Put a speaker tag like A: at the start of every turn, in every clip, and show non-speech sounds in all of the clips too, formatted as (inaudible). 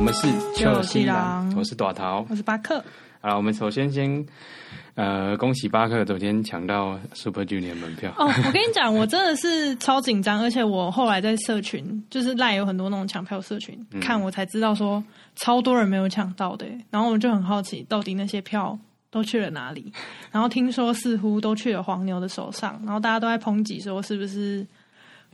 A: 们是
B: 秋西郎
A: 我是朵桃。
B: 我是巴克，
A: 好了，我们首先先呃，恭喜巴克昨天抢到 Super Junior 门票。
B: 哦，我跟你讲，我真的是超紧张，而且我后来在社群，就是赖有很多那种抢票社群，看我才知道说超多人没有抢到的，然后我就很好奇，到底那些票都去了哪里？然后听说似乎都去了黄牛的手上，然后大家都在抨击说是不是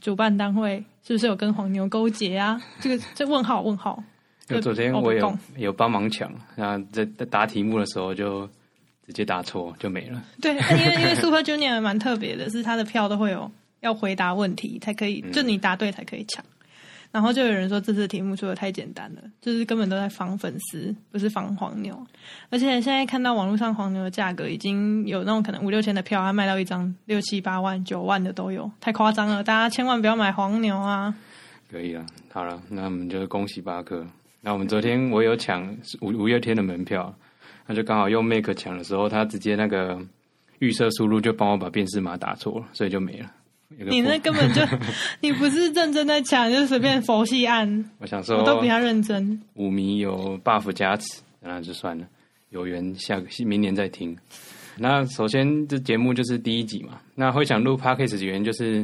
B: 主办单位是不是有跟黄牛勾结啊？这个这问号问号，
A: 就昨天
B: 我不
A: 我有
B: 懂
A: 有帮忙抢，然后在在答题目的时候就直接答错，就没了。
B: (laughs) 对，因为因为 Super Junior 蛮特别的，是他的票都会有要回答问题才可以，就你答对才可以抢。然后就有人说这次题目出的太简单了，就是根本都在防粉丝，不是防黄牛。而且现在看到网络上黄牛的价格已经有那种可能五六千的票，他卖到一张六七八万、九万的都有，太夸张了！大家千万不要买黄牛啊！
A: 可以了，好了，那我们就恭喜巴克。那我们昨天我有抢五五月天的门票，那就刚好用 Make 抢的时候，他直接那个预设输入就帮我把辨识码打错了，所以就没了。有个
B: 你
A: 破
B: 那根本就你不是认真在抢，就是随便佛系按，
A: 我想
B: 我都
A: 说
B: 比，他认真。
A: 五迷有 buff 加持，那就算了，有缘下个明年再听。那首先这节目就是第一集嘛，那会想录 podcast 的原因就是，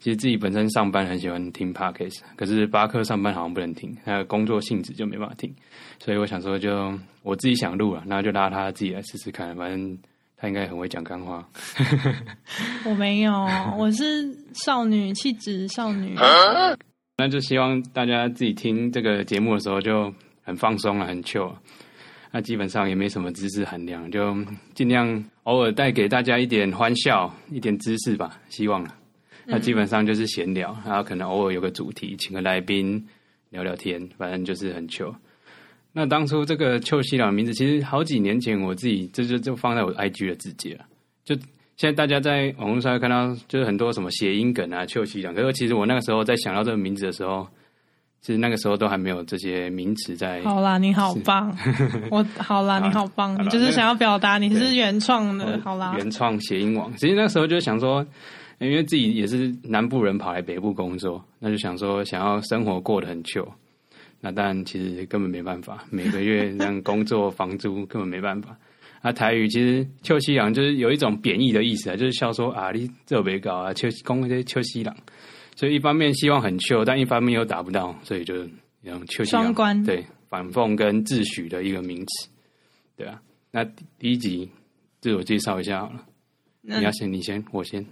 A: 其实自己本身上班很喜欢听 podcast，可是巴克上班好像不能听，他的工作性质就没办法听，所以我想说就我自己想录了，那就拉他自己来试试看，反正他应该很会讲干话。 (laughs)
B: 我没有，我是少女气质少女。
A: 那就希望大家自己听这个节目的时候就很放松了，很 chill 啊。那基本上也没什么知识含量，就尽量偶尔带给大家一点欢笑、一点知识吧，希望了。那基本上就是闲聊，然后可能偶尔有个主题，请个来宾聊聊天，反正就是很 chill。那当初这个邱西朗的名字，其实好几年前我自己这就就放在我 IG 的字节了。就现在大家在网络上会看到，就是很多什么谐音梗啊、邱西朗。可是其实我那个时候在想到这个名字的时候，其实那个时候都还没有这些名词在。
B: 好啦，你好棒！我好
A: (laughs)
B: 啦，
A: 好
B: 你好棒！
A: 好啦
B: 你就是想要表达你
A: 对
B: 是原创
A: 呃
B: 的，嗯好啦。
A: 原创谐音网。其实那时候就想说，因为自己也是南部人，跑来北部工作，那就想说想要生活过得很糗。那当然，其实根本没办法，每个月这样工作、房租根本没办法。啊，台语其实“秋西郎”就是有一种贬义的意思啊，就是笑说啊，你这别搞啊，秋公这秋西郎。所以一方面希望很糗，但一方面又达不到，所以就用秋西郎
B: 双关
A: 对反讽跟自诩的一个名词，对啊。那第第一集自我介绍一下好了，
B: 那
A: 你要先，你先，我先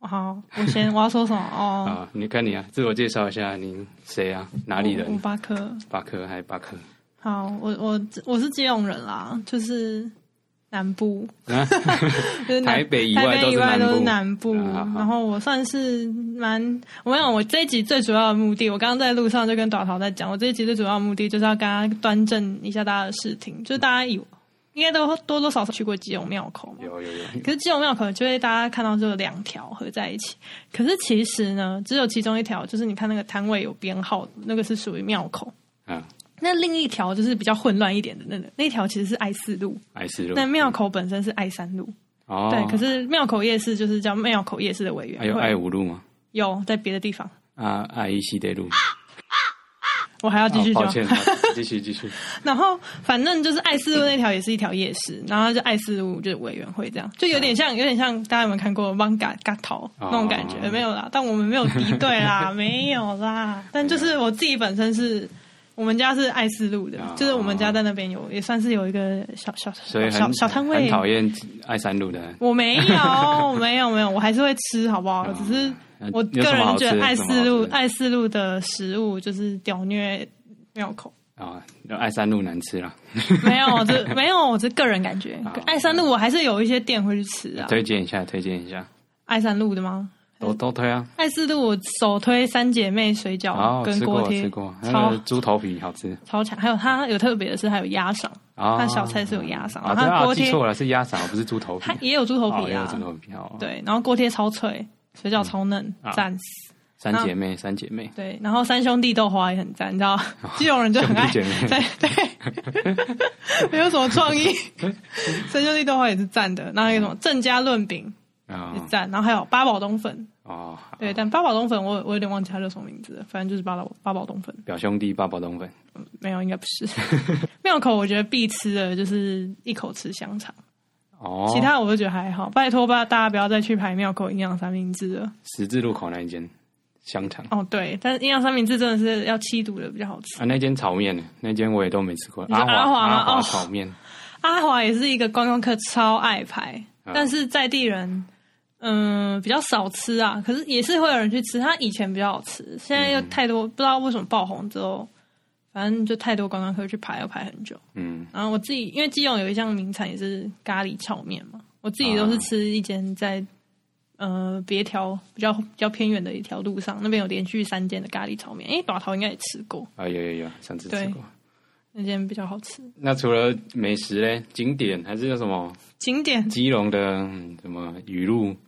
B: 好，我先我要说
A: (laughs)
B: 什么？哦，
A: 啊，你看你啊，自我介绍一下，你谁啊？哪里
B: 我我
A: 人？
B: 巴克。
A: 巴克还巴克？
B: 好，我我我是基隆人啦，就是南部，
A: 啊
B: (laughs) 就是南
A: 台北以
B: 台
A: 外
B: 北
A: 都
B: 以
A: 是
B: 外
A: 南
B: 都
A: 部
B: 是南部，
A: 啊好好
B: 然后我算是蛮，我跟你讲，我这一集最主要的目的，我刚刚在路上就跟短桃在讲，我这一集最主要的目的就是要跟他端正一下大家的视听，就是大家以应该都多多少少去过基隆庙口嘛，
A: 有有有，
B: 可是基隆庙可能就会大家看到这两条合在一起，可是其实呢，只有其中一条，就是你看那个摊位有编号的，那个是属于庙口。
A: 啊，
B: 那另一条就是比较混乱一点的那个，那条其实是爱四路，
A: 爱思路。
B: 那庙口本身是爱三路，
A: 哦，
B: 对。可是庙口夜市就是叫庙口夜市的委员
A: 还有
B: 会，
A: 爱五路吗？
B: 有在别的地方，
A: 啊，爱一西北路。
B: 我还要 (laughs) 继续
A: 哦抱
B: 讲。(laughs)
A: 歉，好继续继续。
B: 然后反正就是爱四路那条也是一条夜市，然后就爱四路就是委员会这样，就有点像有点像大家有没有看过《汪嘎嘎头》那种感觉？
A: 啊哦
B: 没有啦，但我们没有敌对
A: (laughs)
B: 啦，没有啦。但就是我自己本身是。我们家是爱四路的
A: 哦，
B: 就是我们家在那边有，也算是有一个小小
A: 所以
B: 小
A: 很
B: 小小摊
A: 很
B: 位。
A: 讨厌爱三路的。
B: 我没有，
A: (laughs)
B: 我没有，没有，我还是会吃，好不好？
A: 哦
B: 只是
A: 呃
B: 我
A: 有
B: 个
A: 什么好
B: 人
A: 吃
B: 觉得爱四路
A: 有什么好吃
B: 爱四路的食物就是屌虐庙口。
A: 啊，爱三路难吃啦，
B: (laughs) 没有，我这没有，我这个人感觉
A: 好。
B: 爱山路我还是有一些店会去吃啊。嗯
A: 推荐一下，推荐一下，
B: 爱山路的吗？
A: 都都推啊。
B: 爱四路我首推三姐妹水
A: 哦
B: 饺，跟
A: 吃
B: 锅
A: 过
B: 贴，
A: 吃过，那
B: 超
A: 个猪头皮好吃。
B: 超强。还有它有特别的是，还有鸭肠，
A: 啊，
B: 它小菜是有鸭肠，
A: 啊，
B: 然后
A: 对
B: 它
A: 啊，
B: 锅
A: 记
B: 贴
A: 错了，是鸭肠，不是猪头皮
B: 它。也有猪头
A: 哦，
B: 皮
A: 也有
B: 啊
A: 猪，头皮哦。，
B: 对，然后锅贴超脆，水饺超嫩
A: 啊，
B: 赞死。
A: 三姐妹，三姐妹，
B: 对，然后三兄弟豆花也很赞，你知道，基隆人就很爱，
A: 哦兄弟姐妹
B: (laughs) 对
A: (laughs) 嗯
B: 对，没有什么创意。三兄弟豆花也是赞的，然后有什么郑家润饼，
A: 啊
B: 也赞。然后还有八宝冬粉，
A: 哦，
B: 对，但八宝冬粉我我有点忘记它叫什么名字了，反正就是八宝八宝冬粉。
A: 表兄弟八宝冬粉，
B: 没有，应该不
A: (laughs)
B: 是。庙口我觉得必吃的就是一口吃香肠，
A: 哦，
B: 其他我都觉得还好。拜托吧，大家不要再去排庙口营养三明治了。
A: 十字路口那一间香肠
B: 哦，对，但是营养三明治真的是要七毒的比较好吃。
A: 啊，那间炒面呢，那间我也都没吃过，
B: 说
A: 阿华
B: 阿华吗
A: 阿华
B: 哦
A: 炒面，
B: 阿华也是一个观光客超爱排，
A: 嗯
B: 但是在地人嗯比较少吃啊，可是也是会有人去吃。他以前比较好吃，现在又太多，不知道为什么爆红之后，反正就太多观光客去排，要排很久。
A: 嗯，
B: 然后我自己因为基隆有一项名产也是咖喱炒面嘛，我自己都是吃一间在、呃别条比较比较偏远的一条路上，那边有连续三间的咖喱炒面。诶，短桃应该也吃过，
A: 啊有有有，上次吃
B: 对
A: 过。
B: 那间比较好吃。
A: 那除了美食嘞，景点还是有什么
B: 景点
A: 基隆的嗯什么语录 (laughs)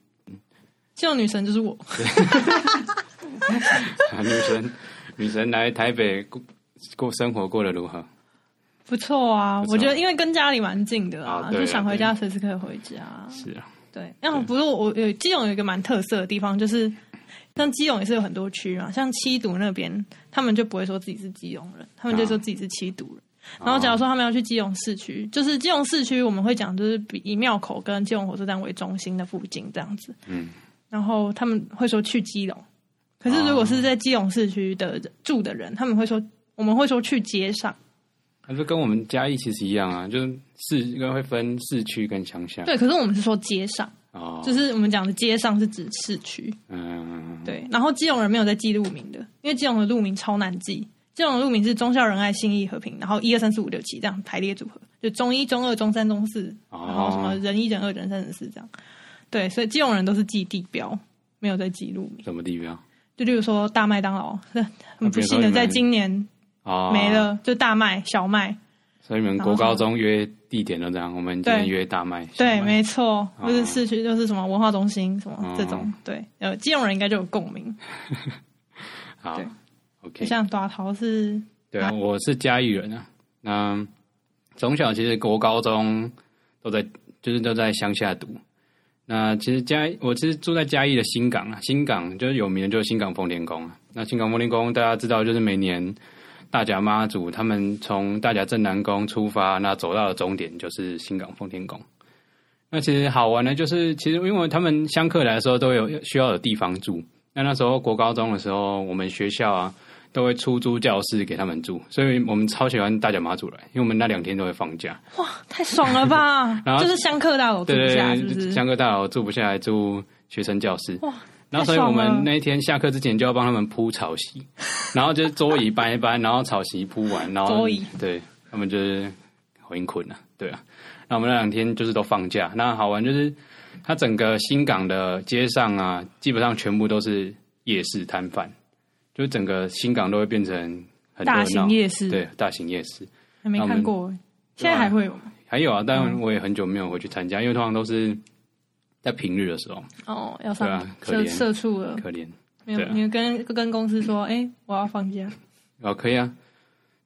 B: 基隆女神就是我，
A: 啊？女神， (laughs) 女神来台北过过生活过得如何？
B: 不错啊，
A: 不错
B: 我觉得因为跟家里蛮近的啊，
A: 啊对啊
B: 就想回家随时可以回家。
A: 是啊，
B: 对，然后不是我有基隆有一个蛮特色的地方，就是像基隆也是有很多区嘛，像七堵那边，他们就不会说自己是基隆人，他们就说自己是七堵人。
A: 啊
B: 然后，假如说他们要去基隆市区，就是基隆市区，我们会讲就是比以庙口跟基隆火车站为中心的附近这样子。
A: 嗯，
B: 然后他们会说去基隆，可是如果
A: 啊
B: 是在基隆市区的住的人，他们会说我们会说去街上。
A: 那就跟我们嘉义其实一样啊，就是市应该会分市区跟乡下。
B: 对，可是我们是说街上，
A: 哦，
B: 就是我们讲的街上是指市区。
A: 嗯，
B: 对，然后基隆人没有在记路名的，因为基隆的路名超难记。基隆的路名是忠孝仁爱信义和平，然后一二三四五六七这样排列组合，就中一、中二、中三、中四，然后什么
A: 哦，
B: 人一、人二、人三、人四这样。对，所以基隆人都是记地标，没有在记路名。
A: 什么地标？
B: 就例如说大麦当劳， (laughs) 是很
A: 啊比
B: 不幸
A: 如说你
B: 的
A: 们
B: 在今年
A: 哦，
B: 没。了，就大麦、小麦。
A: 所以你们国高中约地点都这样，我们今天
B: 对
A: 约大麦。
B: 对，
A: 小麦
B: 没错，
A: 哦
B: 不是市区就是什么文化中心什么这
A: 哦
B: 种。对，呃，基隆人应该就有共鸣。
A: 好
B: 对就
A: ，OK。
B: 像短桃是
A: 对啊，我是嘉义人啊。那从小其实国高中都在，就是都在乡下读。那其实嘉，我其实住在嘉义的新港啊，新港就是有名的就是新港丰田宫啊。那新港丰田宫大家知道，就是每年大甲妈祖他们从大甲镇南宫出发，那走到的终点就是新港丰田宫。那其实好玩的，就是其实因为他们香客来的时候都有需要有地方住。那那时候国高中的时候，我们学校啊，都会出租教室给他们住，所以我们超喜欢大甲妈祖来，因为我们那两天都会放假。！
B: 太爽了吧
A: (laughs) 然后
B: 就是香客大楼住
A: 对
B: 不
A: 对
B: 下，
A: 对，
B: 是不是？
A: 香格大楼住不下来，住学生教室。
B: 哇！
A: 然后，所以
B: 太
A: 我
B: 爽了
A: 们那一天下课之前就要帮他们铺草席，
B: (laughs)
A: 然后就是桌椅搬一搬，然后草席铺完，然后
B: 桌椅
A: 对他们就是很困啊，对啊。那我们那两天就是都放假，那好玩就是它整个新港的街上啊，基本上全部都是夜市摊贩，就是整个新港都会变成很热闹
B: 大型夜市
A: 对大型夜市。
B: 还没看过，
A: 啊
B: 现在还会有吗？
A: 还有啊，但我也很久没有回去参加，因为通常都是在平日的时候，
B: 哦，要上
A: 对啊可
B: 社
A: 怜
B: 社畜了，
A: 可怜。
B: 没有
A: 对啊，
B: 你跟跟公
A: (laughs)
B: 司说，哎，我要放假，
A: 哦，可以啊，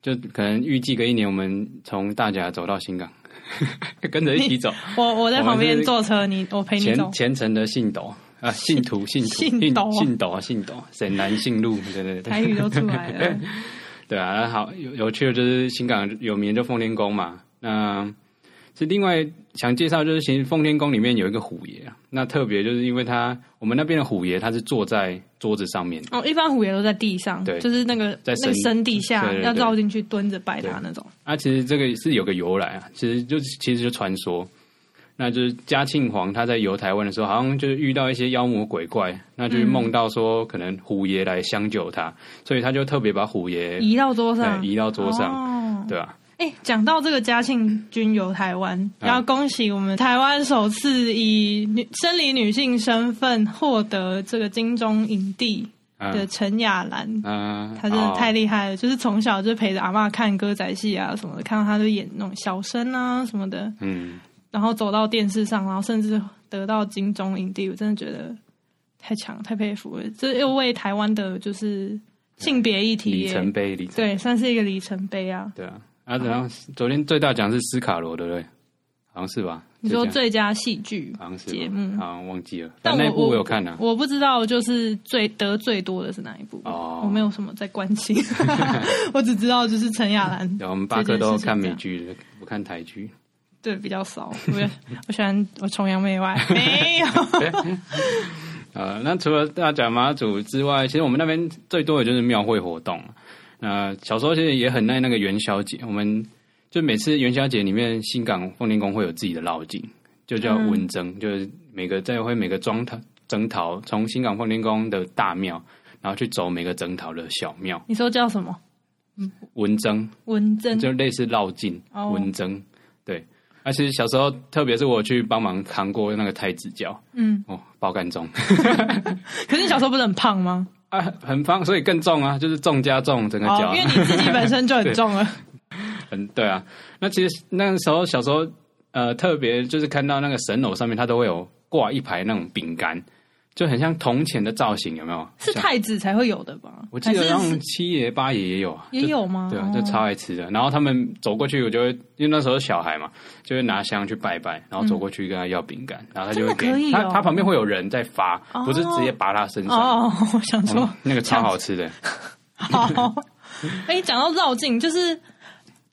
A: 就可能预计个一年，我们从大甲走到新港， (laughs) 跟着一起走，
B: 我我在旁
A: 我们
B: 边
A: 是
B: 坐车，你 (laughs) 我陪你
A: 虔
B: 走。
A: 虔诚的信斗啊，信徒信徒
B: 信
A: 信
B: 斗啊
A: 信斗啊，信斗，沈南信路，对对
B: 台
A: 对，
B: 语都出来了，
A: (laughs) 对啊，然后好有有趣的就是新港有名就奉天宫嘛，那。是另外想介绍，就是其实奉天宫里面有一个虎爷啊，那特别就是因为他我们那边的虎爷他是坐在桌子上面的，
B: 哦，一般虎爷都在地上，
A: 对
B: 就是那个
A: 在
B: 那个
A: 深
B: 深地下
A: 对对对
B: 要绕进去蹲着拜他那种。
A: 啊，其实这个是有个由来啊，其实就其实就传说，那就是嘉庆皇他在游台湾的时候，好像就是遇到一些妖魔鬼怪，那就是梦到说可能虎爷来相救他，所以他就特别把虎爷
B: 移到桌上
A: 对，移到桌上，
B: 哦
A: 对啊吧、
B: 哎，讲到这个嘉庆君游台湾，
A: 啊
B: 然后恭喜我们台湾首次以女生理女性身份获得这个金钟影帝
A: 啊？
B: 的陈雅兰，
A: 嗯，
B: 她真的太
A: 哦
B: 厉害了。就是从小就陪着阿嬷看歌仔戏啊什么的，看到她就演那种小生啊什么的，
A: 嗯，
B: 然后走到电视上，然后甚至得到金钟影帝，我真的觉得太强太佩服了。这又为台湾的就是性别议题
A: 里
B: 也
A: 程碑，里程
B: 对算是一个里程碑啊。
A: 对啊。啊，然后昨天最大奖是斯卡罗，对不对？好像是吧？
B: 你说
A: 就这样
B: 最佳戏剧
A: 好像是吧
B: 节目，
A: 好像忘记了，但
B: 但我
A: 那一部我有看啊。
B: 我不知道就是最得最多的是哪一部，
A: 哦
B: 我没有什么在关
A: (laughs)
B: 心，我只知道就是陈雅兰
A: 对，我们八哥都看美
B: 这件事情这样
A: 剧的，不看台剧。
B: 对比较少，我我喜欢我崇洋媚外，
A: (laughs)
B: 没有，
A: 呃，那除了大甲妈祖之外，其实我们那边最多的就是庙会活动。那小时候其实也很爱那个元宵节，我们就每次元宵节里面，新港凤林宫会有自己的绕境，就叫
B: 嗯
A: 文征，就是每个在会每个庄头征讨，从新港凤林宫的大庙，然后去走每个征讨的小庙
B: 你说叫什么？
A: 文征，
B: 文珍
A: 就类似绕境、
B: 哦
A: 文征，对。而且小时候，特别是我去帮忙扛过那个太子教，
B: 嗯，
A: 哦，爆肝重
B: 可是你小时候不是很胖吗？
A: 啊，很方，所以更重啊，就是重加重，整个脚、啊
B: 哦，因为你自己本身就很重了，
A: 很对啊。那其实那时候小时候，呃，特别就是看到那个神偶上面，它都会有挂一排那种饼干，就很像铜钱的造型，有没有？
B: (laughs) 是
A: 像
B: 太子才会有的吧？
A: 我记得
B: 还
A: 像
B: 是
A: 七爷八爷也有啊，
B: 也
A: 就
B: 有吗？
A: 对啊
B: 哦，
A: 就超爱吃的。然后他们走过去，我就会因为那时候小孩嘛，就会拿香去拜拜，然后走过去跟他要饼干，然后他就会
B: 嗯真的
A: 给
B: 可以
A: 他，
B: 哦
A: 他旁边会有人在发，不是直接拔他身上，
B: 哦，我想说
A: 嗯，那个超好吃的。
B: 好，哎、讲到绕境，就是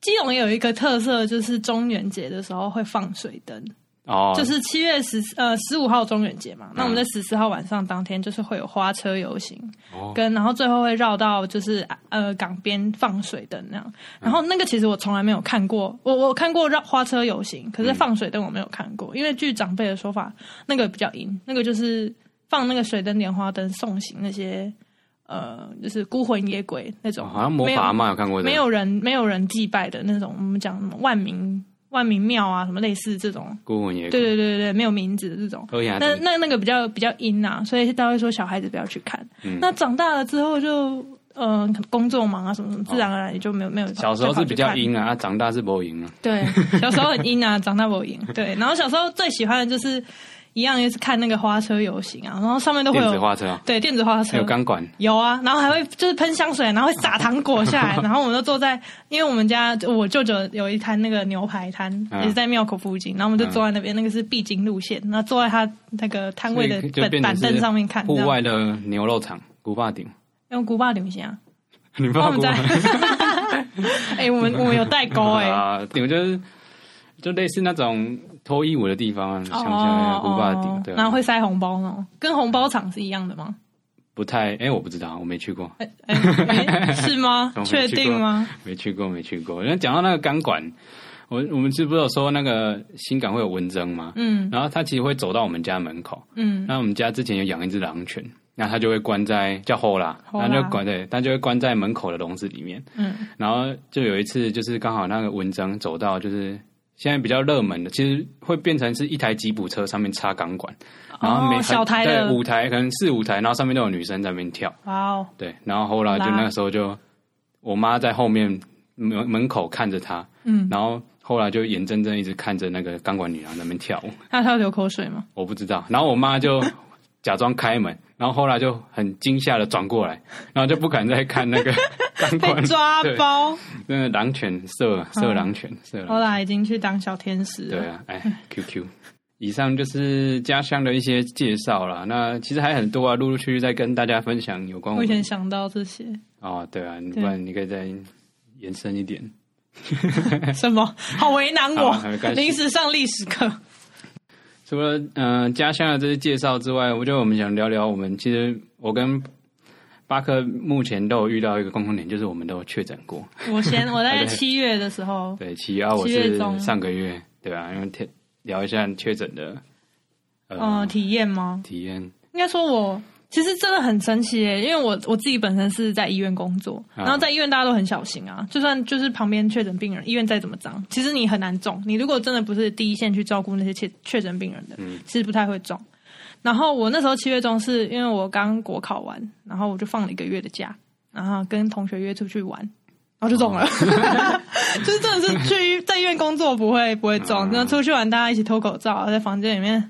B: 基隆也有一个特色，就是中元节的时候会放水灯，
A: 哦，
B: (laughs) 就是七月十呃十五号中元节嘛，那我们在
A: 嗯
B: 十四号晚上当天就是会有花车游行，
A: 哦
B: 跟然后最后会绕到就是呃港边放水灯那样，然
A: 嗯
B: 后那个其实我从来没有看过，我我看过绕花车游行，
A: 嗯
B: 可是放水灯我没有看过，因为据长辈的说法，那个比较阴，那个就是放那个水灯莲花灯送行那些。呃，就是孤魂野鬼那种，
A: 哦好像魔
B: 没有
A: 法阿嬷有看过的，
B: 没有人没有人祭拜的那种，我们讲什么万民万民庙啊，什么类似这种，
A: 孤魂野鬼，
B: 对对对对对，没有名字的这种。
A: 欧阳
B: 那
A: 子
B: 那那个比较比较阴啊，所以大家会说小孩子不要去看。
A: 嗯
B: 那长大了之后就嗯、呃工作忙啊什么什么，自然而然也就没有没有。
A: 小时候是比较
B: 就跑去看，
A: 阴啊，啊长大是不阴啊。
B: 对，小时候很阴啊，长大不阴。对，然后小时候最喜欢的就是一样，就是看那个花车游行啊，然后上面都会
A: 电子
B: 有
A: 花车啊
B: 对电子花车，
A: 还有钢管，
B: 有啊，然后还会就是喷香水，然后会撒糖果下
A: (laughs)
B: 来，然后我们都坐在，因为我们家我舅舅有一摊那个牛排摊，
A: 嗯
B: 也是在庙口附近，然后我们就坐在那边，那个是必经路线，然后坐在他那个摊位的
A: 所以就
B: 板
A: 变成
B: 板
A: 是
B: 凳上面看，
A: 户
B: 这样
A: 外的牛肉场，古巴顶，
B: 用古巴旅
A: (laughs)
B: 行啊，
A: 你不知
B: 然后
A: 道
B: 我
A: 古
B: 们在 (laughs)
A: 巴，
B: 哎、
A: (laughs)
B: 我们我们有代沟哎、
A: 啊？顶就是就类似那种脱衣舞的地方啊，
B: 哦
A: 像像古巴顶，对啊，
B: 然后会塞红包哦那种，跟红包场是一样的吗？
A: 不太，哎，我不知道，我没去过，
B: 哎
A: (laughs)
B: 哎是吗
A: 我？没去过
B: 确定吗？
A: 没去过，没去过。然后讲到那个钢管，我我们是不是有说那个新港会有蚊蒸吗？
B: 嗯
A: 然后它其实会走到我们家门口，
B: 嗯，
A: 那我们家之前有养一只狼犬，那它就会关在叫后啦，
B: 后啦
A: 它就关在它就会关在门口的笼子里面。
B: 嗯，
A: 然后就有一次就是刚好那个文章走到就是。现在比较热门的，其实会变成是一台吉普车上面插钢管，然后每
B: 哦，小台
A: 对
B: 的，
A: 舞台可能四五台，然后上面都有女生在那边跳，
B: 哇哦，
A: 对，然后后来就
B: 拉
A: 那个时候就我妈在后面门门口看着她，
B: 嗯，
A: 然后后来就眼睁睁一直看着那个钢管女郎在那边跳舞，
B: 那他有流口水吗？
A: (laughs) 我不知道。然后我妈 (laughs) 就假装开门，然后后来就很惊吓的转过来，然后就不敢再看 (laughs) 那个钢
B: 被
A: 管，
B: 抓
A: 对
B: 包，
A: 那个狼犬射射狼犬射
B: 后
A: 狼犬，
B: 来已经去当小天使
A: 对
B: 了。
A: 啊，哎，QQ。以上就是家乡的一些介绍啦。那其实还很多啊，陆陆续续在跟大家分享有关我
B: 我以前
A: 们
B: 想到这些 (laughs)
A: 哦，对啊，你不
B: 对
A: 然你可以再延伸一点。
B: 什么，好为难我
A: 好没关，系
B: 临时上历史课。
A: 除了嗯、呃家乡的这些介绍之外，我觉得我们想聊聊我们其实我跟巴克目前都有遇到一个共同点，就是我们都确诊过。
B: 我先，我在
A: 对
B: 七月的时候，
A: 对，七月啊，我
B: 七月
A: 是
B: 中
A: 上个月对吧、啊？因为天聊一下确诊的呃、
B: 嗯、体验吗？
A: 体验，
B: 应该说我其实真的很神奇耶，因为我我自己本身是在医院工作，
A: 啊
B: 然后在医院大家都很小心啊，就算就是旁边确诊病人，医院再怎么脏，其实你很难中。你如果真的不是第一线去照顾那些确确诊病人的，其实不太会中。然后我那时候七月中是因为我刚国考完，然后我就放了一个月的假，然后跟同学约出去玩。然后就中了， (laughs) 就是真的是去在医院工作不会不会中，然后出去玩大家一起脱口罩，在房间里面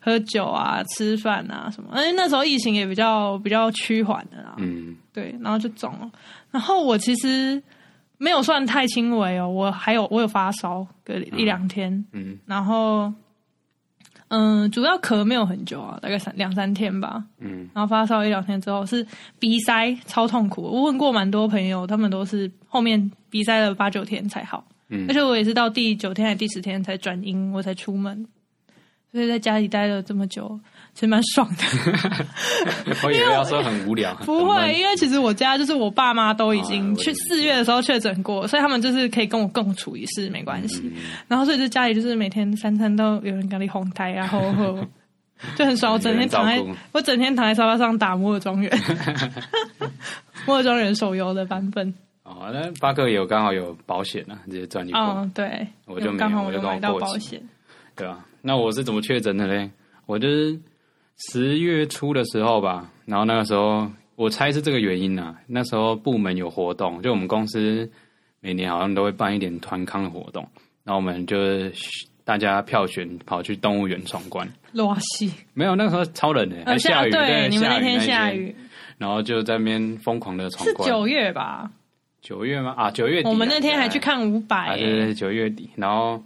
B: 喝酒啊、吃饭啊什么，而且那时候疫情也比较比较趋缓的啦，
A: 嗯，
B: 对，然后就中了。然后我其实没有算太轻微哦，我还有我有发烧个一两天， (laughs)
A: 嗯
B: 然后嗯，主要咳没有很久啊，大概三两三天吧，
A: 嗯，
B: 然后发烧一两天之后是鼻塞，超痛苦。我问过蛮多朋友，他们都是后面鼻塞了八九天才好，
A: 嗯
B: 而且我也是到第九天还是第十天才转阴，我才出门。所以在家里待了这么久，其实蛮爽的。
A: 我以为要说很无聊，
B: (laughs) 不
A: 很
B: 会，
A: 闷
B: 因为其实我家就是我爸妈都已经
A: 啊
B: 去
A: 我也是
B: 四月的时候确诊过，所以他们就是可以跟我共处一室，没关系。
A: 嗯
B: 然后所以就家里就是每天三餐都有人给你哄抬
A: (laughs)
B: 啊，吼吼，就很爽。我整天躺在
A: 有人照顾
B: 我整天躺在沙发上打摩尔
A: (laughs)
B: 庄园，摩尔庄园手游的版本。
A: 哦，那巴克有刚好有保险啊，直接赚一波，
B: 嗯，对，
A: 我就没有
B: 刚好
A: 我就
B: 就
A: 刚好
B: 买到
A: 过期
B: 保险。
A: 对啊，那我是怎么确诊的嘞？我就是十月初的时候吧，然后那个时候我猜是这个原因啊。那时候部门有活动，就我们公司每年好像都会办一点团康的活动，然后我们就是大家票选跑去动物园闯关。
B: 洛西，
A: 没有，那个时候超冷的、还
B: 呃
A: 哎下雨，
B: 对，你们那
A: 下雨
B: 天下
A: 雨，
B: 雨
A: 然后就在那边疯狂的闯
B: 是
A: 关。
B: 九月吧？
A: 九月吗？啊，九月底啊、
B: 我们那天还去
A: 对
B: 看五
A: 啊，
B: 百
A: 对对对，九月底，然后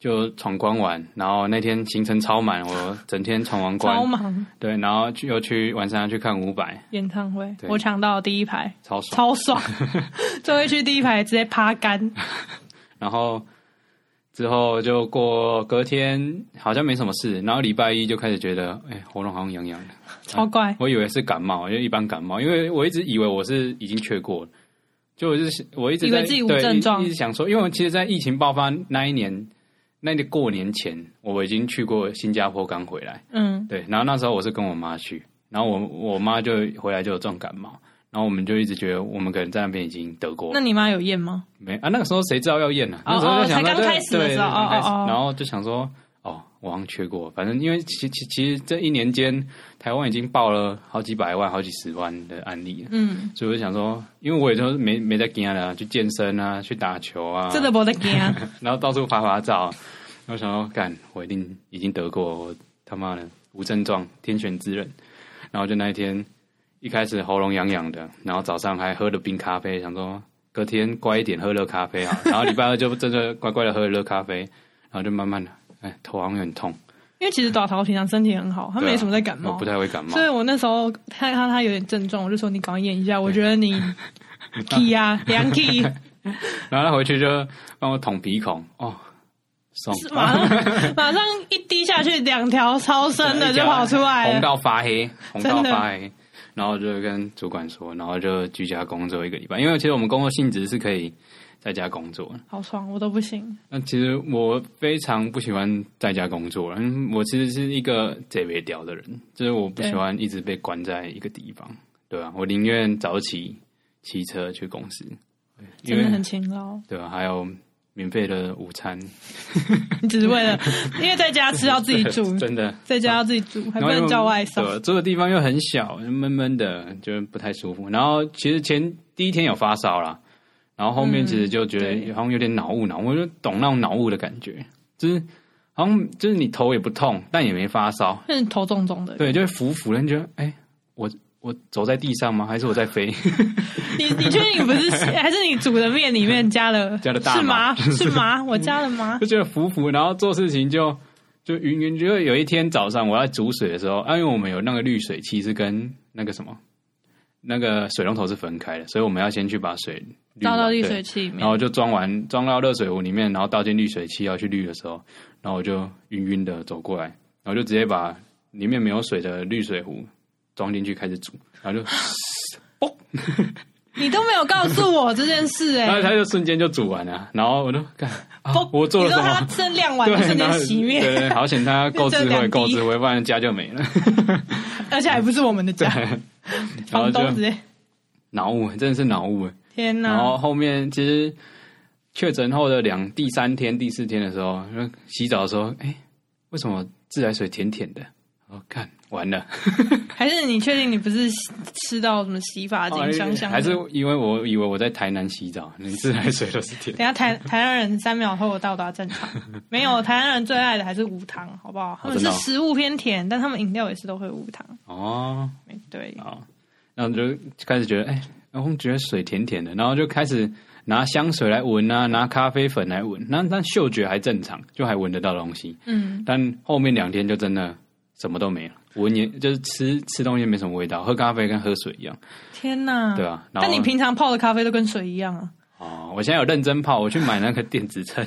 A: 就闯关完，然后那天行程超满，我整天闯完
B: 超
A: 关，
B: 忙
A: 对，然后去又去晚上要去看伍佰，
B: 演唱会，
A: 对
B: 我抢到第一排，
A: 超爽。
B: 超
A: (laughs)
B: 爽，最后一区第一排直接趴杆，
A: 然后之后就过隔天好像没什么事，然后礼拜一就开始觉得，哎、喉咙好像痒痒的，
B: 超怪。
A: 我以为是感冒，因为一般感冒，因为我一直以为我是已经确过了。就我就是我一直
B: 以为
A: 在
B: 自己无
A: 对
B: 症状
A: 一直想说，因为我其实，在疫情爆发那一年，那个过年前，我已经去过新加坡，刚回来，
B: 嗯，
A: 对，然后那时候我是跟我妈去，然后我我妈就回来就有重感冒，然后我们就一直觉得我们可能在那边已经得过
B: 那，你妈有验吗？
A: 没啊，那个时候谁知道要验呢、
B: 哦
A: 那时候就想说
B: 哦才刚
A: 对
B: 开始的
A: 对
B: 时候
A: 对刚开始
B: 哦哦哦
A: 然后就想说哦，我好像缺过，反正因为其其其实这一年间，台湾已经报了好几百万、好几十万的案例了。
B: 嗯，
A: 所以我就想说，因为我也就是没没在干了、去健身啊，去打球啊，
B: 真的没得惊啊。
A: 然后到处拍拍照。然后想说，干，我一定已经得过，我他妈的无症状，天选之人。然后就那一天，一开始喉咙痒痒的，然后早上还喝了冰咖啡，想说隔天乖一点喝热咖啡啊。然后礼拜二就真的乖乖的喝热咖啡，然后就慢慢的，哎，头好像有点痛，
B: (laughs) 因为其实短桃平常身体很好，他
A: 对啊
B: 没什么在感冒，
A: 我不太会感冒
B: 所。以我那时候看到他有点症状，我就说你赶快验一下，我觉得
A: (laughs)
B: 你 key 啊，两 key，
A: 然后他回去就帮我捅鼻孔，哦，爽，
B: 马上 (laughs) 马上一滴下去，两条超 (laughs) 深的就跑出来
A: 红
B: 了。
A: 到发黑，红到
B: (laughs) 真的
A: 发黑。然后就跟主管说，然后就居家工作一个礼拜，因为其实我们工作性质是可以在家工作的。
B: 好爽，我都不行。
A: 那其实我非常不喜欢在家工作了，因为我其实是一个贼别屌的人，就是我不喜欢一直被关在一个地方，对吧、我宁愿早起骑车去公司，因
B: 真的
A: 为
B: 很勤劳， (laughs)
A: 对啊吧、还有免费的午餐，，
B: 你只是为了，因为在家吃要自己煮
A: (laughs) 真的
B: 在家要自己煮，还
A: 然
B: 不
A: 后又
B: 能叫外送。
A: 对，住的地方又很小，闷闷的，就不太舒服。然后其实前第一天有发烧啦，然后后面其实就觉
B: 嗯对
A: 得好像有点脑雾，脑雾我就懂那种脑雾的感觉，就是好像就是你头也不痛，但也没发烧，
B: 那你头重重的，
A: 对，就会浮浮的，你觉得哎，我我走在地上吗？还是我在飞？
B: 你你确定你
A: (laughs)
B: 不是还是你煮的面里面加了
A: 加了大
B: 是
A: 麻
B: 麻是麻，我加了麻，
A: (laughs) 就觉得浮浮，然后做事情就就晕晕。就有一天早上我要煮水的时候，啊，因为我们有那个滤水器是跟那个什么那个水龙头是分开的，所以我们要先去把水滤
B: 倒到
A: 完
B: 滤
A: 对
B: 水器里面
A: 然。后就装完装到热水壶里面，然后倒进滤水器要去滤的时候，然后我就晕晕的走过来，然后就直接把里面没有水的滤水壶装进去开始煮，然后就，
B: 哎你都没有告诉我这件
A: (laughs)
B: 事哎、
A: 然后它就瞬间就煮完了，然后我就干、啊
B: 不，
A: 我做了
B: 你
A: 什
B: 说
A: 么
B: 它？剩亮完
A: 对，
B: 就瞬间
A: 然后
B: 熄灭，
A: 对，好险他够智
B: (laughs) 就
A: 慧，
B: 这两滴
A: 够智慧，不然家就没了。
B: 而且还不是我们的家，
A: 然后
B: 房
A: 就
B: 东直接
A: (laughs) 脑雾，真的是脑雾。
B: 天
A: 然后
B: 哪！
A: 后面其实确诊后的两第三天、第四天的时候，就洗澡的时候，哎、为什么自来水甜甜的？我看完了，
B: 还是你确定你不是吃到什么洗发精香香的？
A: 哦哎还是因为我以为我在台南洗澡，连自来水都是甜的。
B: 等一下台台湾人三秒后到达战场，没有台湾人最爱的还是无糖，好不好？他们
A: 真
B: 是
A: 的哦
B: 食物偏甜，但他们饮料也是都会无糖。
A: 哦，
B: 对，
A: 好，那我就开始觉得，哎、然后我们觉得水甜甜的，然后就开始拿香水来闻啊，拿咖啡粉来闻，那那嗅觉还正常，就还闻得到东西。
B: 嗯，
A: 但后面两天就真的什么都没了，闻也就是吃吃东西没什么味道，喝咖啡跟喝水一样，
B: 天哪！
A: 对吧、然
B: 但
A: 后
B: 你平常泡的咖啡都跟水一样啊，
A: 哦，我现在有认真泡，我去买那个电子秤，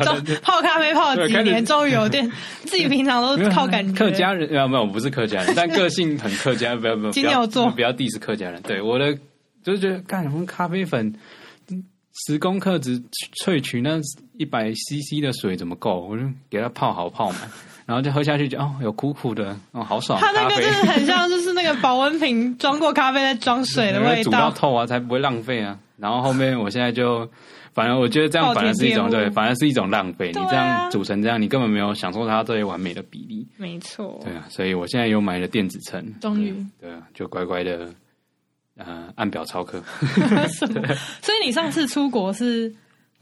B: 都 (laughs) 泡咖啡泡了
A: 对
B: 几
A: 开始
B: 年，终于有点自己平常都是靠感觉。
A: 客家人啊，没有，我不是客家人，但个性很客家，不要不要，
B: 金牛座
A: 不要 diss 客家人。对我的就是觉得，干什么咖啡粉十公克只萃取那一百 CC 的水怎么够？我就给它泡好泡满，然后就喝下去就哦，有苦苦的，哦，好爽，
B: 它那
A: 咖
B: 个
A: 啡
B: 真的很像，就是那个保温瓶装过咖啡再装水的
A: 因为 (laughs)
B: 味
A: 煮到
B: 道。
A: 透啊，才不会浪费啊。然后后面我现在就，反正我觉得这样
B: 暴
A: 反
B: 殄
A: 而是一种
B: 天物
A: 对，反而是一种浪费。
B: 对啊
A: 你这样煮成这样，你根本没有享受它最完美的比例。
B: 没错，
A: 对啊，所以我现在有买了电子秤，
B: 终于
A: 对啊，就乖乖的呃按表操课。
B: 什么所以你上次出国是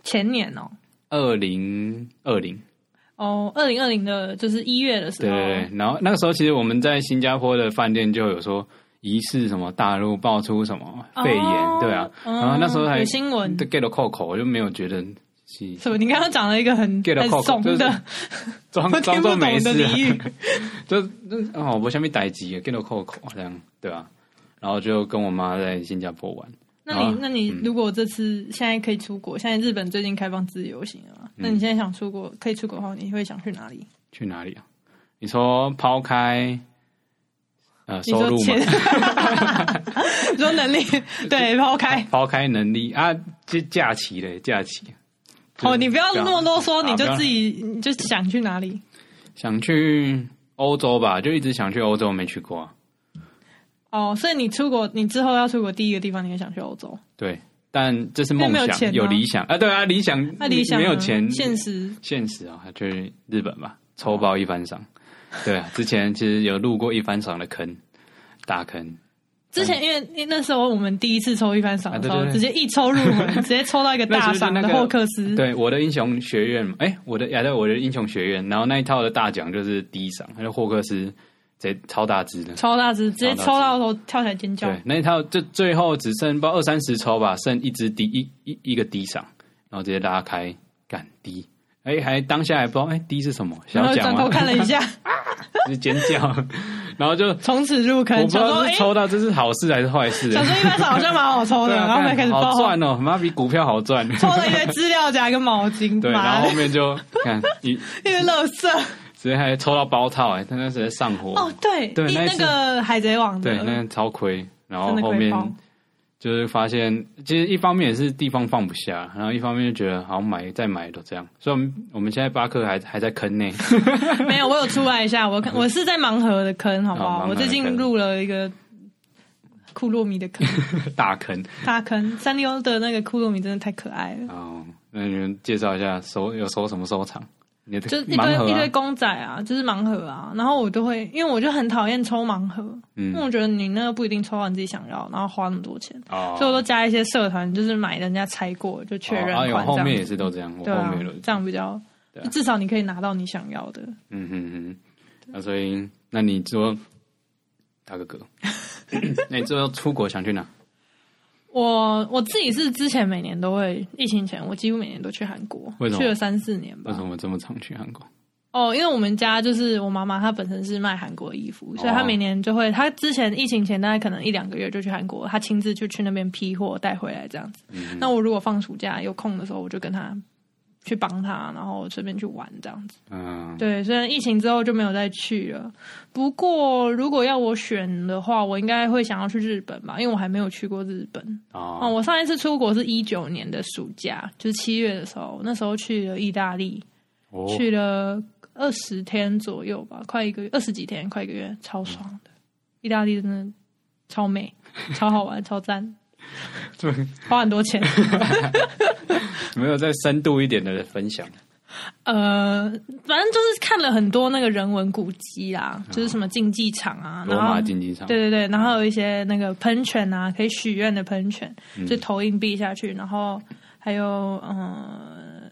B: 前年哦，
A: 二零二零，
B: 哦，二零二零的就是一月的时
A: 对
B: 候，
A: 对对。然后那个时候其实我们在新加坡的饭店就有说疑似什么大陆爆出什么
B: 哦嗯
A: 肺炎，对啊，然后那时候还
B: 有新闻
A: 对，get 到扣口，我就没有觉得是
B: 什么？你刚刚讲了一个很
A: Get a
B: 很
A: cock，
B: 怂
A: 就是
B: 的，
A: 装
B: (laughs) 我听
A: 装
B: 不
A: 作
B: 懂
A: 没
B: 的
A: 事、啊
B: 俚语。
A: 就就哦，我下面逮鸡，get 到扣口这样，对啊。然后就跟我妈在新加坡玩，
B: 那你
A: 啊
B: 那你如果这次现在可以出国，现在日本最近开放自由行了嘛？那
A: 嗯
B: 你现在想出国，可以出国的话，你会想去哪里？
A: 去哪里啊？你说抛开呃
B: 你
A: 收
B: 说
A: 入吗 (laughs)
B: 钱？？你说能力？对，抛开
A: 抛开能力啊，这假期嘞，假期。
B: 哦，你不要那么啰嗦，
A: 啊
B: 你就
A: 不要
B: 自己你就想去哪里
A: 想去欧洲吧，就一直想去欧洲，没去过、啊。
B: 哦。所以你出国，你之后要出国第一个地方，你也想去欧洲？
A: 对，但这是梦
B: 那没有
A: 想，
B: 钱吗
A: 有理想啊，对啊，理想，
B: 那理想呢
A: 没有钱，
B: 现实
A: 现实啊、去日本
B: 啊
A: 吧，抽爆一番赏。对
B: (laughs)
A: 啊，之前其实有路过一番赏的坑，大坑。
B: 之前因为因为那时候我们第一次抽一番赏的时候，
A: 啊对对对
B: 直接一抽入
A: (laughs)
B: 门，直接抽到一个大赏
A: 那
B: 的
A: 就是那个
B: 霍克斯。
A: 对，我的英雄学院嘛，哎、我的呀，对，我的英雄学院，然后那一套的大奖就是第一赏，还有霍克斯，贼超大只的。
B: 超大只，直接抽
A: 超大
B: 到的时候跳起来尖叫。
A: 对，那一套就最后只剩不知道二三十抽吧，剩一只低一一一个低赏，然后直接拉开干低，哎、还当下还不知道哎低是什么，
B: 然
A: 小
B: 后
A: 奖
B: 转
A: 吗
B: 头？
A: (laughs)
B: 看了一下，
A: 就尖叫，然
B: (laughs)
A: 后就我
B: 从此入坑
A: 不，知
B: 想说
A: 道
B: 哎
A: 是，抽到这是好事还是坏事、
B: 想说一般赏好像蛮好
A: (laughs)
B: 抽的，
A: 对啊，
B: 然后我
A: 干
B: 们开始
A: 好
B: 爆，
A: 赚哦，妈比股票好赚。
B: 抽了一堆资料夹跟毛
A: (laughs)
B: 巾，
A: 对，然
B: 妈
A: 后
B: 的
A: 后面
B: (laughs)
A: 就看一
B: 一堆垃圾。
A: 直接还抽到包套、哎，他那时候上火，
B: 哦，对，
A: (laughs) 对
B: 一
A: 那一
B: 那
A: 次
B: 个海贼王
A: 对，
B: 的，
A: 那超亏。然后
B: 真的
A: 后
B: 亏
A: 面
B: 爆。
A: 就是发现，其实一方面也是地方放不下，然后一方面就觉得好像买再买都这样，所以我们我们现在巴克还还在坑内， (laughs)
B: 没有，我有出来一下，我看我是在盲盒的坑，好不
A: 哦盲
B: 好？
A: 盒
B: 我最近
A: 的坑
B: 入了一个库洛米的坑，
A: 大坑。
B: (laughs) 大坑。三六的那个库洛米真的太可爱
A: (laughs)
B: 了，
A: 哦，那你们介绍一下收有收什么收藏？你的
B: 就一堆
A: 盲盒
B: 一堆
A: 啊，
B: 公仔啊，就是盲盒啊。然后我都会，因为我就很讨厌抽盲盒，因为
A: 嗯，
B: 我觉得你那个不一定抽到你自己想要，然后花那么多钱，
A: 哦，
B: 所以我都加一些社团，就是买人家拆过就确认
A: 哦啊
B: 款
A: 有后
B: 这
A: 面
B: 样
A: 也
B: 子。
A: 是都这样，我
B: 对
A: 后
B: 啊
A: 面也都，
B: 这样比较
A: 对，啊
B: 就至少你可以拿到你想要的。
A: 嗯嗯嗯，那所以那你说大哥哥，
B: (laughs)
A: 那你最后出国想去
B: 啊
A: 哪？
B: 我我自己是之前每年都会，疫情前我几乎每年都去韩国
A: 为，什么
B: 去了三四年吧
A: 为。什么这么常去韩国？
B: 哦，因为我们家就是我妈妈，她本身是卖韩国衣服，所以她
A: 哦
B: 每年就会，她之前疫情前大概可能一两个月就去韩国，她亲自就去那边批货带回来这样子。
A: 嗯
B: 那我如果放暑假有空的时候，我就跟她去帮她，然后顺便去玩这样子。
A: 嗯，
B: 对，虽然疫情之后就没有再去了，不过如果要我选的话，我应该会想要去日本吧，因为我还没有去过日本。哦，
A: 哦，
B: 我上一次出国是一九年的暑假，就是七月的时候，那时候去了意大利，
A: 哦
B: 去了二十天左右吧，快一个月，二十几天，快一个月，超爽的。意大利真的
A: (laughs)
B: 超美，超好玩，超赞，
A: 这么
B: 花很多钱。 (laughs)
A: 没有再深度一点的分享。
B: 呃，反正就是看了很多那个人文古迹啦，就是什么竞技场啊，
A: 罗
B: 然后
A: 马竞技场，
B: 对对对，然后
A: 嗯
B: 有一些那个喷泉啊，可以许愿的喷泉，就投硬币下去，然后还有嗯、呃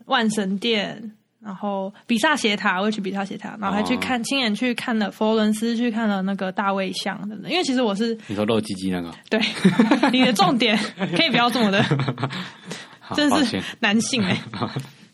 B: 万神殿，然后比萨斜塔，我也去比萨斜塔，然后
A: 哦
B: 还去看亲眼去看了佛罗伦斯，去看了那个大卫像等等。因为其实我是
A: 你说露鸡鸡那个， (laughs)
B: 对你的重点可以不要这么的，
A: 好
B: 真
A: 抱
B: 的
A: 歉
B: 是男性
A: (laughs)
B: 哎、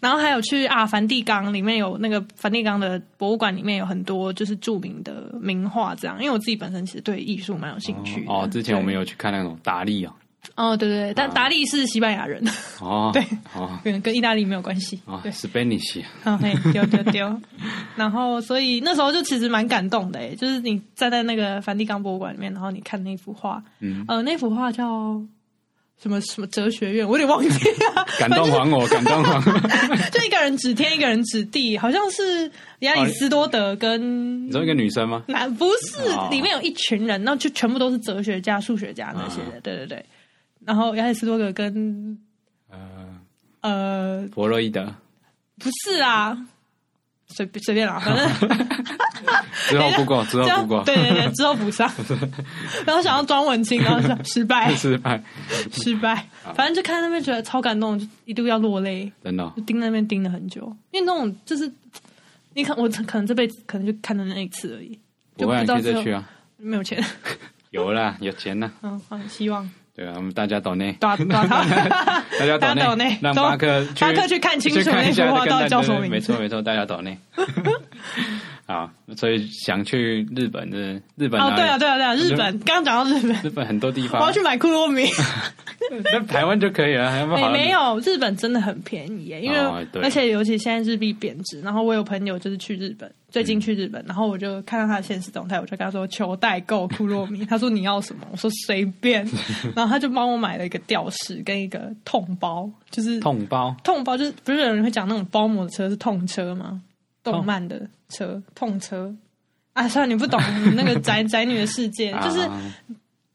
B: 然后还有去啊梵蒂冈，里面有那个梵蒂冈的博物馆，里面有很多就是著名的名画这样。因为我自己本身其实对艺术蛮有兴趣的
A: 哦，
B: (laughs)
A: 之前我们
B: 有
A: 有去看那种达利啊，
B: 哦对对对，但达利是西班牙人， (laughs)
A: 哦，
B: 对
A: 哦，
B: 跟跟意大利没有关系。
A: 哦
B: 对，
A: ，Spanish，
B: 啊，嘿，丢丢丢。 (laughs) 然后，所以那时候就其实蛮感动的，诶，欸就是你站在那个梵蒂冈博物馆里面，然后你看那幅画，
A: 嗯，
B: 呃，那幅画叫什么什么哲学院，我有点忘记了。 (laughs)
A: 感动还我，感动还我。
B: 就一个人指天，一个人指地，好像是亚里士多德跟
A: 你说一个女生吗？
B: 男不是
A: 哦，
B: 里面有一群人，然后就全部都是哲学家、数学家那些
A: 啊
B: 的，对对对。然后亚里士多德跟
A: 呃，
B: 呃
A: 弗洛伊德
B: 不是啊，随便随便
A: (laughs)
B: 啦，反正。
A: 之后 Google 之
B: 这
A: 后
B: 样
A: Google，
B: 对对啊对，之后补上。然后想要装文青，然后想失败
A: (laughs) 失败，
B: 失败。反正就看那边觉得超感动，就一度要落泪，
A: 真的哦
B: 就盯那边盯了很久。因为那种就是，你看我可能这辈子可能就看了那一次而已，
A: 不
B: 就
A: 会
B: 不
A: 啊
B: 知
A: 你
B: 道
A: 可以
B: 之
A: 再
B: 后
A: 去啊，
B: 没
A: (laughs)
B: 有钱。
A: 有啦，有钱啊啦，
B: 嗯，好，希望
A: 对啊，我们大家懂内，
B: 打
A: (laughs)
B: 打他。
A: 大家
B: 大家
A: 懂
B: 懂内
A: 让
B: 都
A: 巴克去
B: 巴克去看清楚
A: 去看一下
B: 那幅画
A: 这个
B: 到底叫什么
A: 对对对
B: 名字
A: 没错没错，大家懂
B: (laughs)
A: 内。好，所以想去日本的日本
B: 哦，
A: 哪里
B: 对啊，对啊，对啊，日本，刚刚讲到日本，
A: 日本很多地
B: 我
A: 方，
B: 要去买库洛米。
A: 那台湾就可以了，还不
B: 哎
A: (laughs)
B: 没
A: 好？啊
B: 没有，日本真的很便宜耶，因为、
A: 哦对
B: 而且尤其现在日币贬值，然后我有朋友就是去日本，最近去日本，然后我就看到他的现实动态，我就跟他说求代购库洛米， (laughs) 他说你要什么，我说随便， (laughs) 然后他就帮我买了一个吊饰跟一个痛包，就是
A: 痛包
B: 痛包就是不是有人会讲那种包膜的车是痛车吗？动漫的车、痛车。啊，算了，你不懂你那个
A: (laughs)
B: 宅宅女的世界，哎就是
A: 啊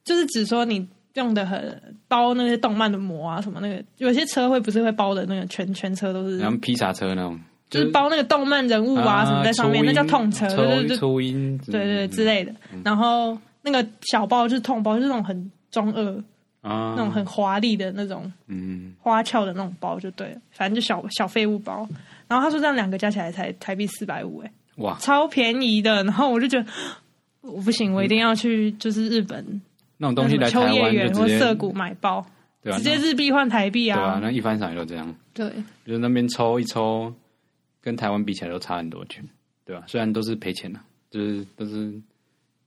B: 就是只说你用的很包那些动漫的膜啊什么那个，有些车会不是会包的那个全全车都是，
A: 然后披萨车那种，
B: 就是包那个动漫人物啊什么在上面，
A: 初
B: 那
A: 音
B: 叫痛车，对对
A: 初
B: 对
A: 初音，
B: 对对对之
A: 类
B: 类的。然后那个小包就是痛包，就是那种很中二、
A: 啊
B: 那种很华丽的那种
A: 嗯
B: 花俏的那种包就对了，反正就小小废物包。然后他说这样两个加起来才台币四百五，哎，
A: 哇，
B: 超便宜的。然后我就觉得我不行，我一定要去就是日本
A: 那嗯种东西来台
B: 秋叶
A: 湾
B: 原
A: 就
B: 或
A: 直接
B: 涩谷买包，
A: 对啊，
B: 直接日币换台币
A: 那对啊
B: 啊，，
A: 那一番赏也都这样，
B: 对
A: 就是那边抽一抽，跟台湾比起来都差很多钱，对吧？虽然都是赔钱的，啊就是都是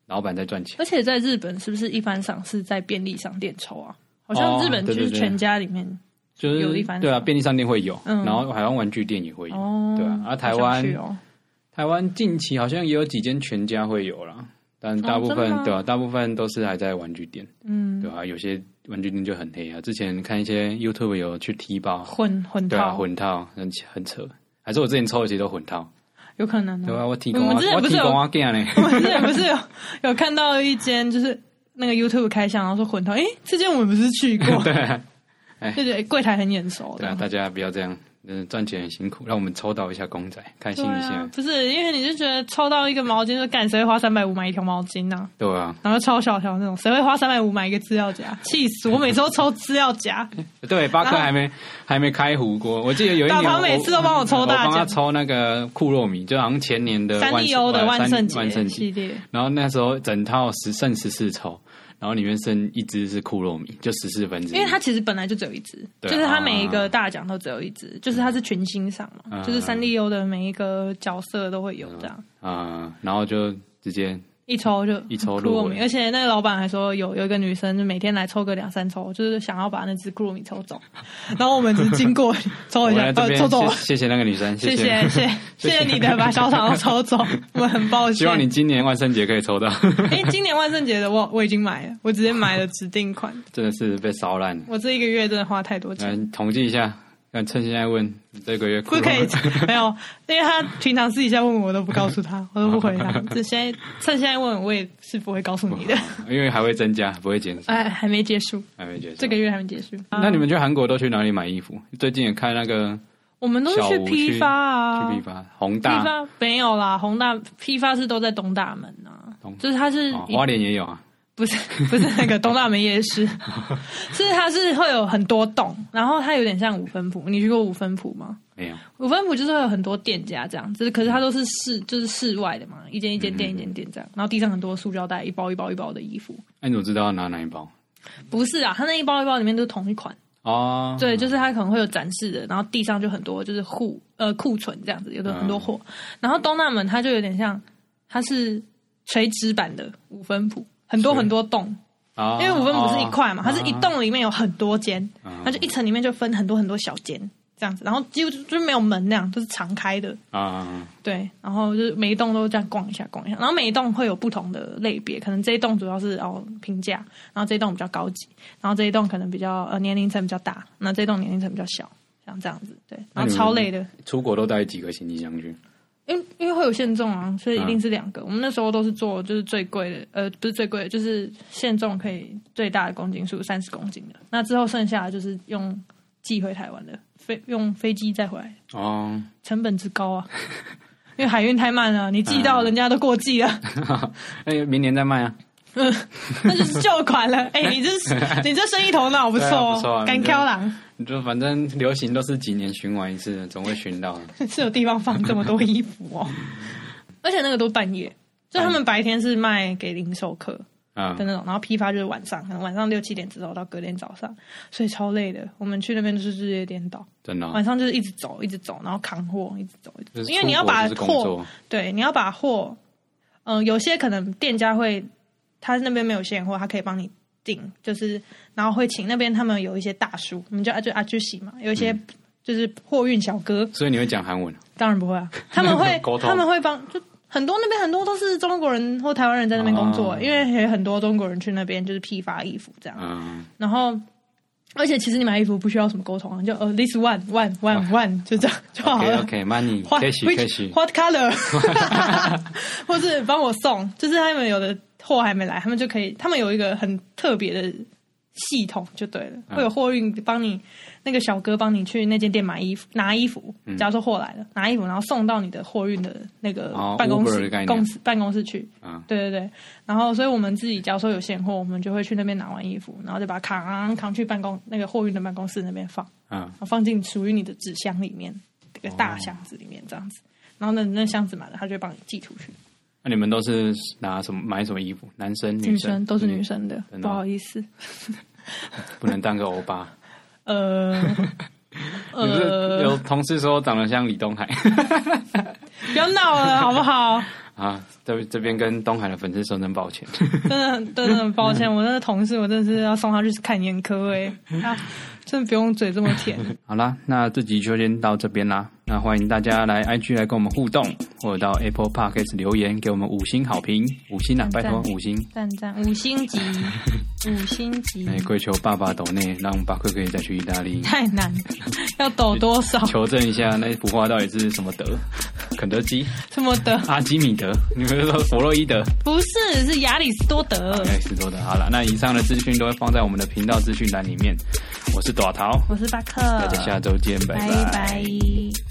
A: 老板在赚钱，
B: 而且在日本是不是一番赏是在便利商店抽啊？好
A: 哦
B: 像日本就
A: 对对
B: 是
A: 对
B: 全家里面
A: 就是
B: 有一番赏
A: 对啊，便利商店会有，
B: 嗯
A: 然后海湾玩具店也会有，
B: 哦，
A: 对啊啊台
B: 好
A: 湾
B: 想去哦，
A: 台湾近期好像也有几间全家会有啦，但大部
B: 哦真
A: 分、
B: 的吗
A: 对啊，大部分都是还在玩具店，
B: 嗯，
A: 对啊，有些玩具店就很黑啊。之前看一些 YouTube 有去踢包，
B: 混混
A: 对啊，
B: 套
A: 混套很很扯。还是我之前抽的其实都混套，
B: 有可能
A: 对
B: 哦
A: 啊，。我提供
B: 我
A: 啊，
B: 们之前
A: 我
B: 不
A: 提
B: 是有
A: 供啊 g a 呢，
B: (laughs) 我之前不是有有看到一间就是那个 YouTube 开箱，然后说混套，诶，这间我们不是去过，
A: (laughs) 对啊，
B: 就觉得柜台很眼熟
A: 对
B: 的
A: 啊，。大家不要这样，嗯，赚钱很辛苦，让我们抽到一下公仔，开心
B: 对
A: 一
B: 啊
A: 下，，
B: 不是因为你就觉得抽到一个毛巾，就干谁会花三百五买一条毛巾呢、
A: 对啊，
B: 然后超小条那种，谁会花三百五买一个资料夹？气死！我每次都抽资料夹，
A: 对，巴克
B: 然后
A: 还没还没开胡过，我记得有一
B: 大
A: 年
B: 堂
A: 我
B: 每次都帮我抽大
A: 我帮他
B: 奖
A: 抽那个库洛米，就好像前年的
B: 三
A: 万
B: 丽鸥的万
A: 万
B: 圣
A: 万
B: 节
A: 圣节
B: 系列，
A: 然后那时候整套十剩十四抽，然后里面剩一只是库洛米，就十四分之一。
B: 因为它其实本来就只有一只，
A: 嗯对
B: 就
A: 啊
B: 是它每一个大奖都只有一只，就是它是群星赏嘛，
A: 嗯
B: 就是三丽鸥的每一个角色都会有这样。
A: 啊、然后就直接
B: 一抽就
A: 一抽
B: 库
A: 入围
B: 洛米，而且那个老板还说有有一个女生就每天来抽个两三抽，就是想要把那只库洛米抽走， (laughs) 然后我们只经过抽
A: 我
B: 一
A: 来
B: 下，
A: 这
B: 呃，
A: 边
B: (laughs) 抽走了，
A: 谢谢谢那个女生， (laughs) 谢。
B: 谢谢谢谢谢你的把小厂都抽走， (laughs) 我们很抱歉。
A: 希望你今年万圣节可以抽到， (laughs)
B: 哎，今年万圣节的我我已经买了，我直接买了指定款，
A: 真的是被烧烂了。
B: 我这一个月真的花太多钱
A: 来。统计一下，看趁现在问这个月
B: (laughs)
A: 库
B: 不
A: 洛
B: 可以
A: 米，
B: 没有，因为他平常私底下问我，我都不告诉他，我都不 (laughs) 回他。这现在趁现在问，我也是不会告诉你的。
A: 因为还会增加，不会减少，
B: 哎， (laughs) 还没结束，
A: 还没结束。
B: 这个月还没结束。
A: 那你们去韩国都去哪里买衣服？最近也看那个
B: 我们都是去批发啊，
A: 去批发宏
B: 批
A: 大，
B: 发没有啦，宏大批发是都在东大门啊
A: 东，
B: 就是它是
A: 哦
B: 一、
A: 花莲也有啊。
B: 不是不是那个东大门夜 (laughs) 市，是它是会有很多栋，然后它有点像五分铺，你去过五分铺吗？
A: 没有，
B: 五分埔就是会有很多店家这样，就是可是它都是室就是室外的嘛，一间一间店一间店这样，然后地上很多塑胶袋，一包一包一包的衣服。
A: 哎那、你怎么知道要拿哪一包？
B: 不是啊，它那一包一包里面都是同一款。
A: 哦，
B: 对，就是它可能会有展示的，然后地上就很多就是库呃库存这样子，有的很多货。然后东大门它就有点像，它是垂直版的五分埔，很多
A: 是
B: 很多栋，
A: 哦，
B: 因为五分埔是一块嘛，
A: 哦
B: 它是一栋里面有很多间，
A: 哦
B: 它就一层里面就分很多很多小间这样子，然后几乎就就没有门那样，都是常开的。
A: 啊啊
B: 对，然后就是每一栋都这样逛一下逛一下，然后每一栋会有不同的类别，可能这一栋主要是哦平价，然后这一栋比较高级，然后这一栋可能比较呃年龄层比较大，那这一栋年龄层比较小，像这样子，对，
A: 那
B: 然
A: 你
B: 后
A: 们
B: 超累的，
A: 出国都带几个行李箱去？
B: 因为因为会有限重啊，所以一定是两个。我们那时候都是做就是最贵的，呃，不是最贵的，就是限重可以最大的公斤数三十公斤的，那之后剩下的就是用寄回台湾的，飞用飞机再回来，
A: 哦， (laughs)
B: 成本之高啊。 (laughs) 因为海运太慢啊了，你寄到人家都过季了，
A: 嗯那明年再卖啊。
B: (laughs) 那就是旧
A: (laughs)
B: 款了。哎、你这是你这生意头脑不错
A: 对啊不
B: 哦，
A: 错啊
B: 敢
A: 你这
B: 挑狼 (laughs)
A: 你就反正流行都是几年循环一次，总会循到啊的。
B: 是有地方放这么多衣服哦，
A: 嗯
B: 而且那个都半夜，就他们白天是卖给零售客
A: 啊
B: 的，那种，然后批发就是晚上，可能晚上六七点之后到隔天早上，所以超累的。我们去那边就是日夜颠倒，
A: 真的哦、
B: 晚上就是一直走，一直走，然后扛货，一直走，一
A: 就
B: 直
A: 是
B: 走，因为你要把
A: 出国就是工
B: 货
A: 作，
B: 对，你要把货，嗯、有些可能店家会，他那边没有现货，他可以帮你订，就是然后会请那边他们有一些大叔，我们叫就阿居喜嘛，有一些
A: 嗯
B: 就是货运小哥，
A: 所以你会讲韩文啊
B: 当然不会啊，他们
A: (laughs)
B: 会
A: 沟通
B: 他们会帮就。很多那边很多都是中国人或台湾人在那边工作，
A: 哦
B: 因为有很多中国人去那边就是批发衣服这样。
A: 嗯，
B: 然后，而且其实你买衣服不需要什么沟通啊，你就呃 this one one one one 就这样就 (laughs) 好啊
A: OK
B: 了。
A: OK money
B: What
A: cash
B: which-
A: cash
B: what
A: (laughs)
B: color？或是帮我送，就是他们有的货还没来，他们就可以，他们有一个很特别的系统就对了，
A: 嗯
B: 会有货运帮你那个小哥帮你去那间店买衣
A: 嗯
B: 服拿衣服，假如说货来了拿衣服，然后送到你的货运的那个
A: 哦
B: 办公
A: Uber 的
B: 室
A: 概念
B: 公司办公室去，
A: 啊，
B: 对对对，然后所以我们自己假如说有现货，我们就会去那边拿完衣服，然后再把它扛扛去办公那个货运的办公室那边放，
A: 嗯
B: 然后放进属于你的纸箱里面，这个
A: 哦
B: 大箱子里面这样子。然后那那箱子满了，他就会帮你寄出去。
A: 那你们都是拿什么买什么衣服？男生
B: 女
A: 生
B: 生都是女，生的，
A: 真的哦
B: 不好意思。
A: 不能当个欧巴。 (laughs)
B: 呃
A: 有是
B: (laughs) 呃
A: 有，同事说我长得像李东海 (laughs)
B: 不要闹了好不好？
A: 啊，这这边跟东海的粉丝说声抱歉。 (laughs)
B: 真的很真的很抱歉，我那个同事，我真的是要送他去看眼科哎、他真的不用嘴这么甜。
A: 好啦，那这集就先到这边啦。那欢迎大家来 IG 来跟我们互动，或者到 Apple Podcast 留言给我们五星好评，五星啊，拜
B: 赞
A: 托五星。
B: 赞赞五星级，五星级
A: 来跪求爸爸抖内，让巴克可以再去意大利
B: 太难，要抖多少
A: 求证一下那幅画到底是什么德？肯德基、
B: 什么的？
A: 阿基米德，你们说弗洛伊德？
B: 不是，是亚里士多德。
A: 哎，是多的。好了，那以上的资讯都会放在我们的频道资讯栏里面。我是朵桃，
B: 我是巴克，
A: 大家下周见，拜
B: 拜拜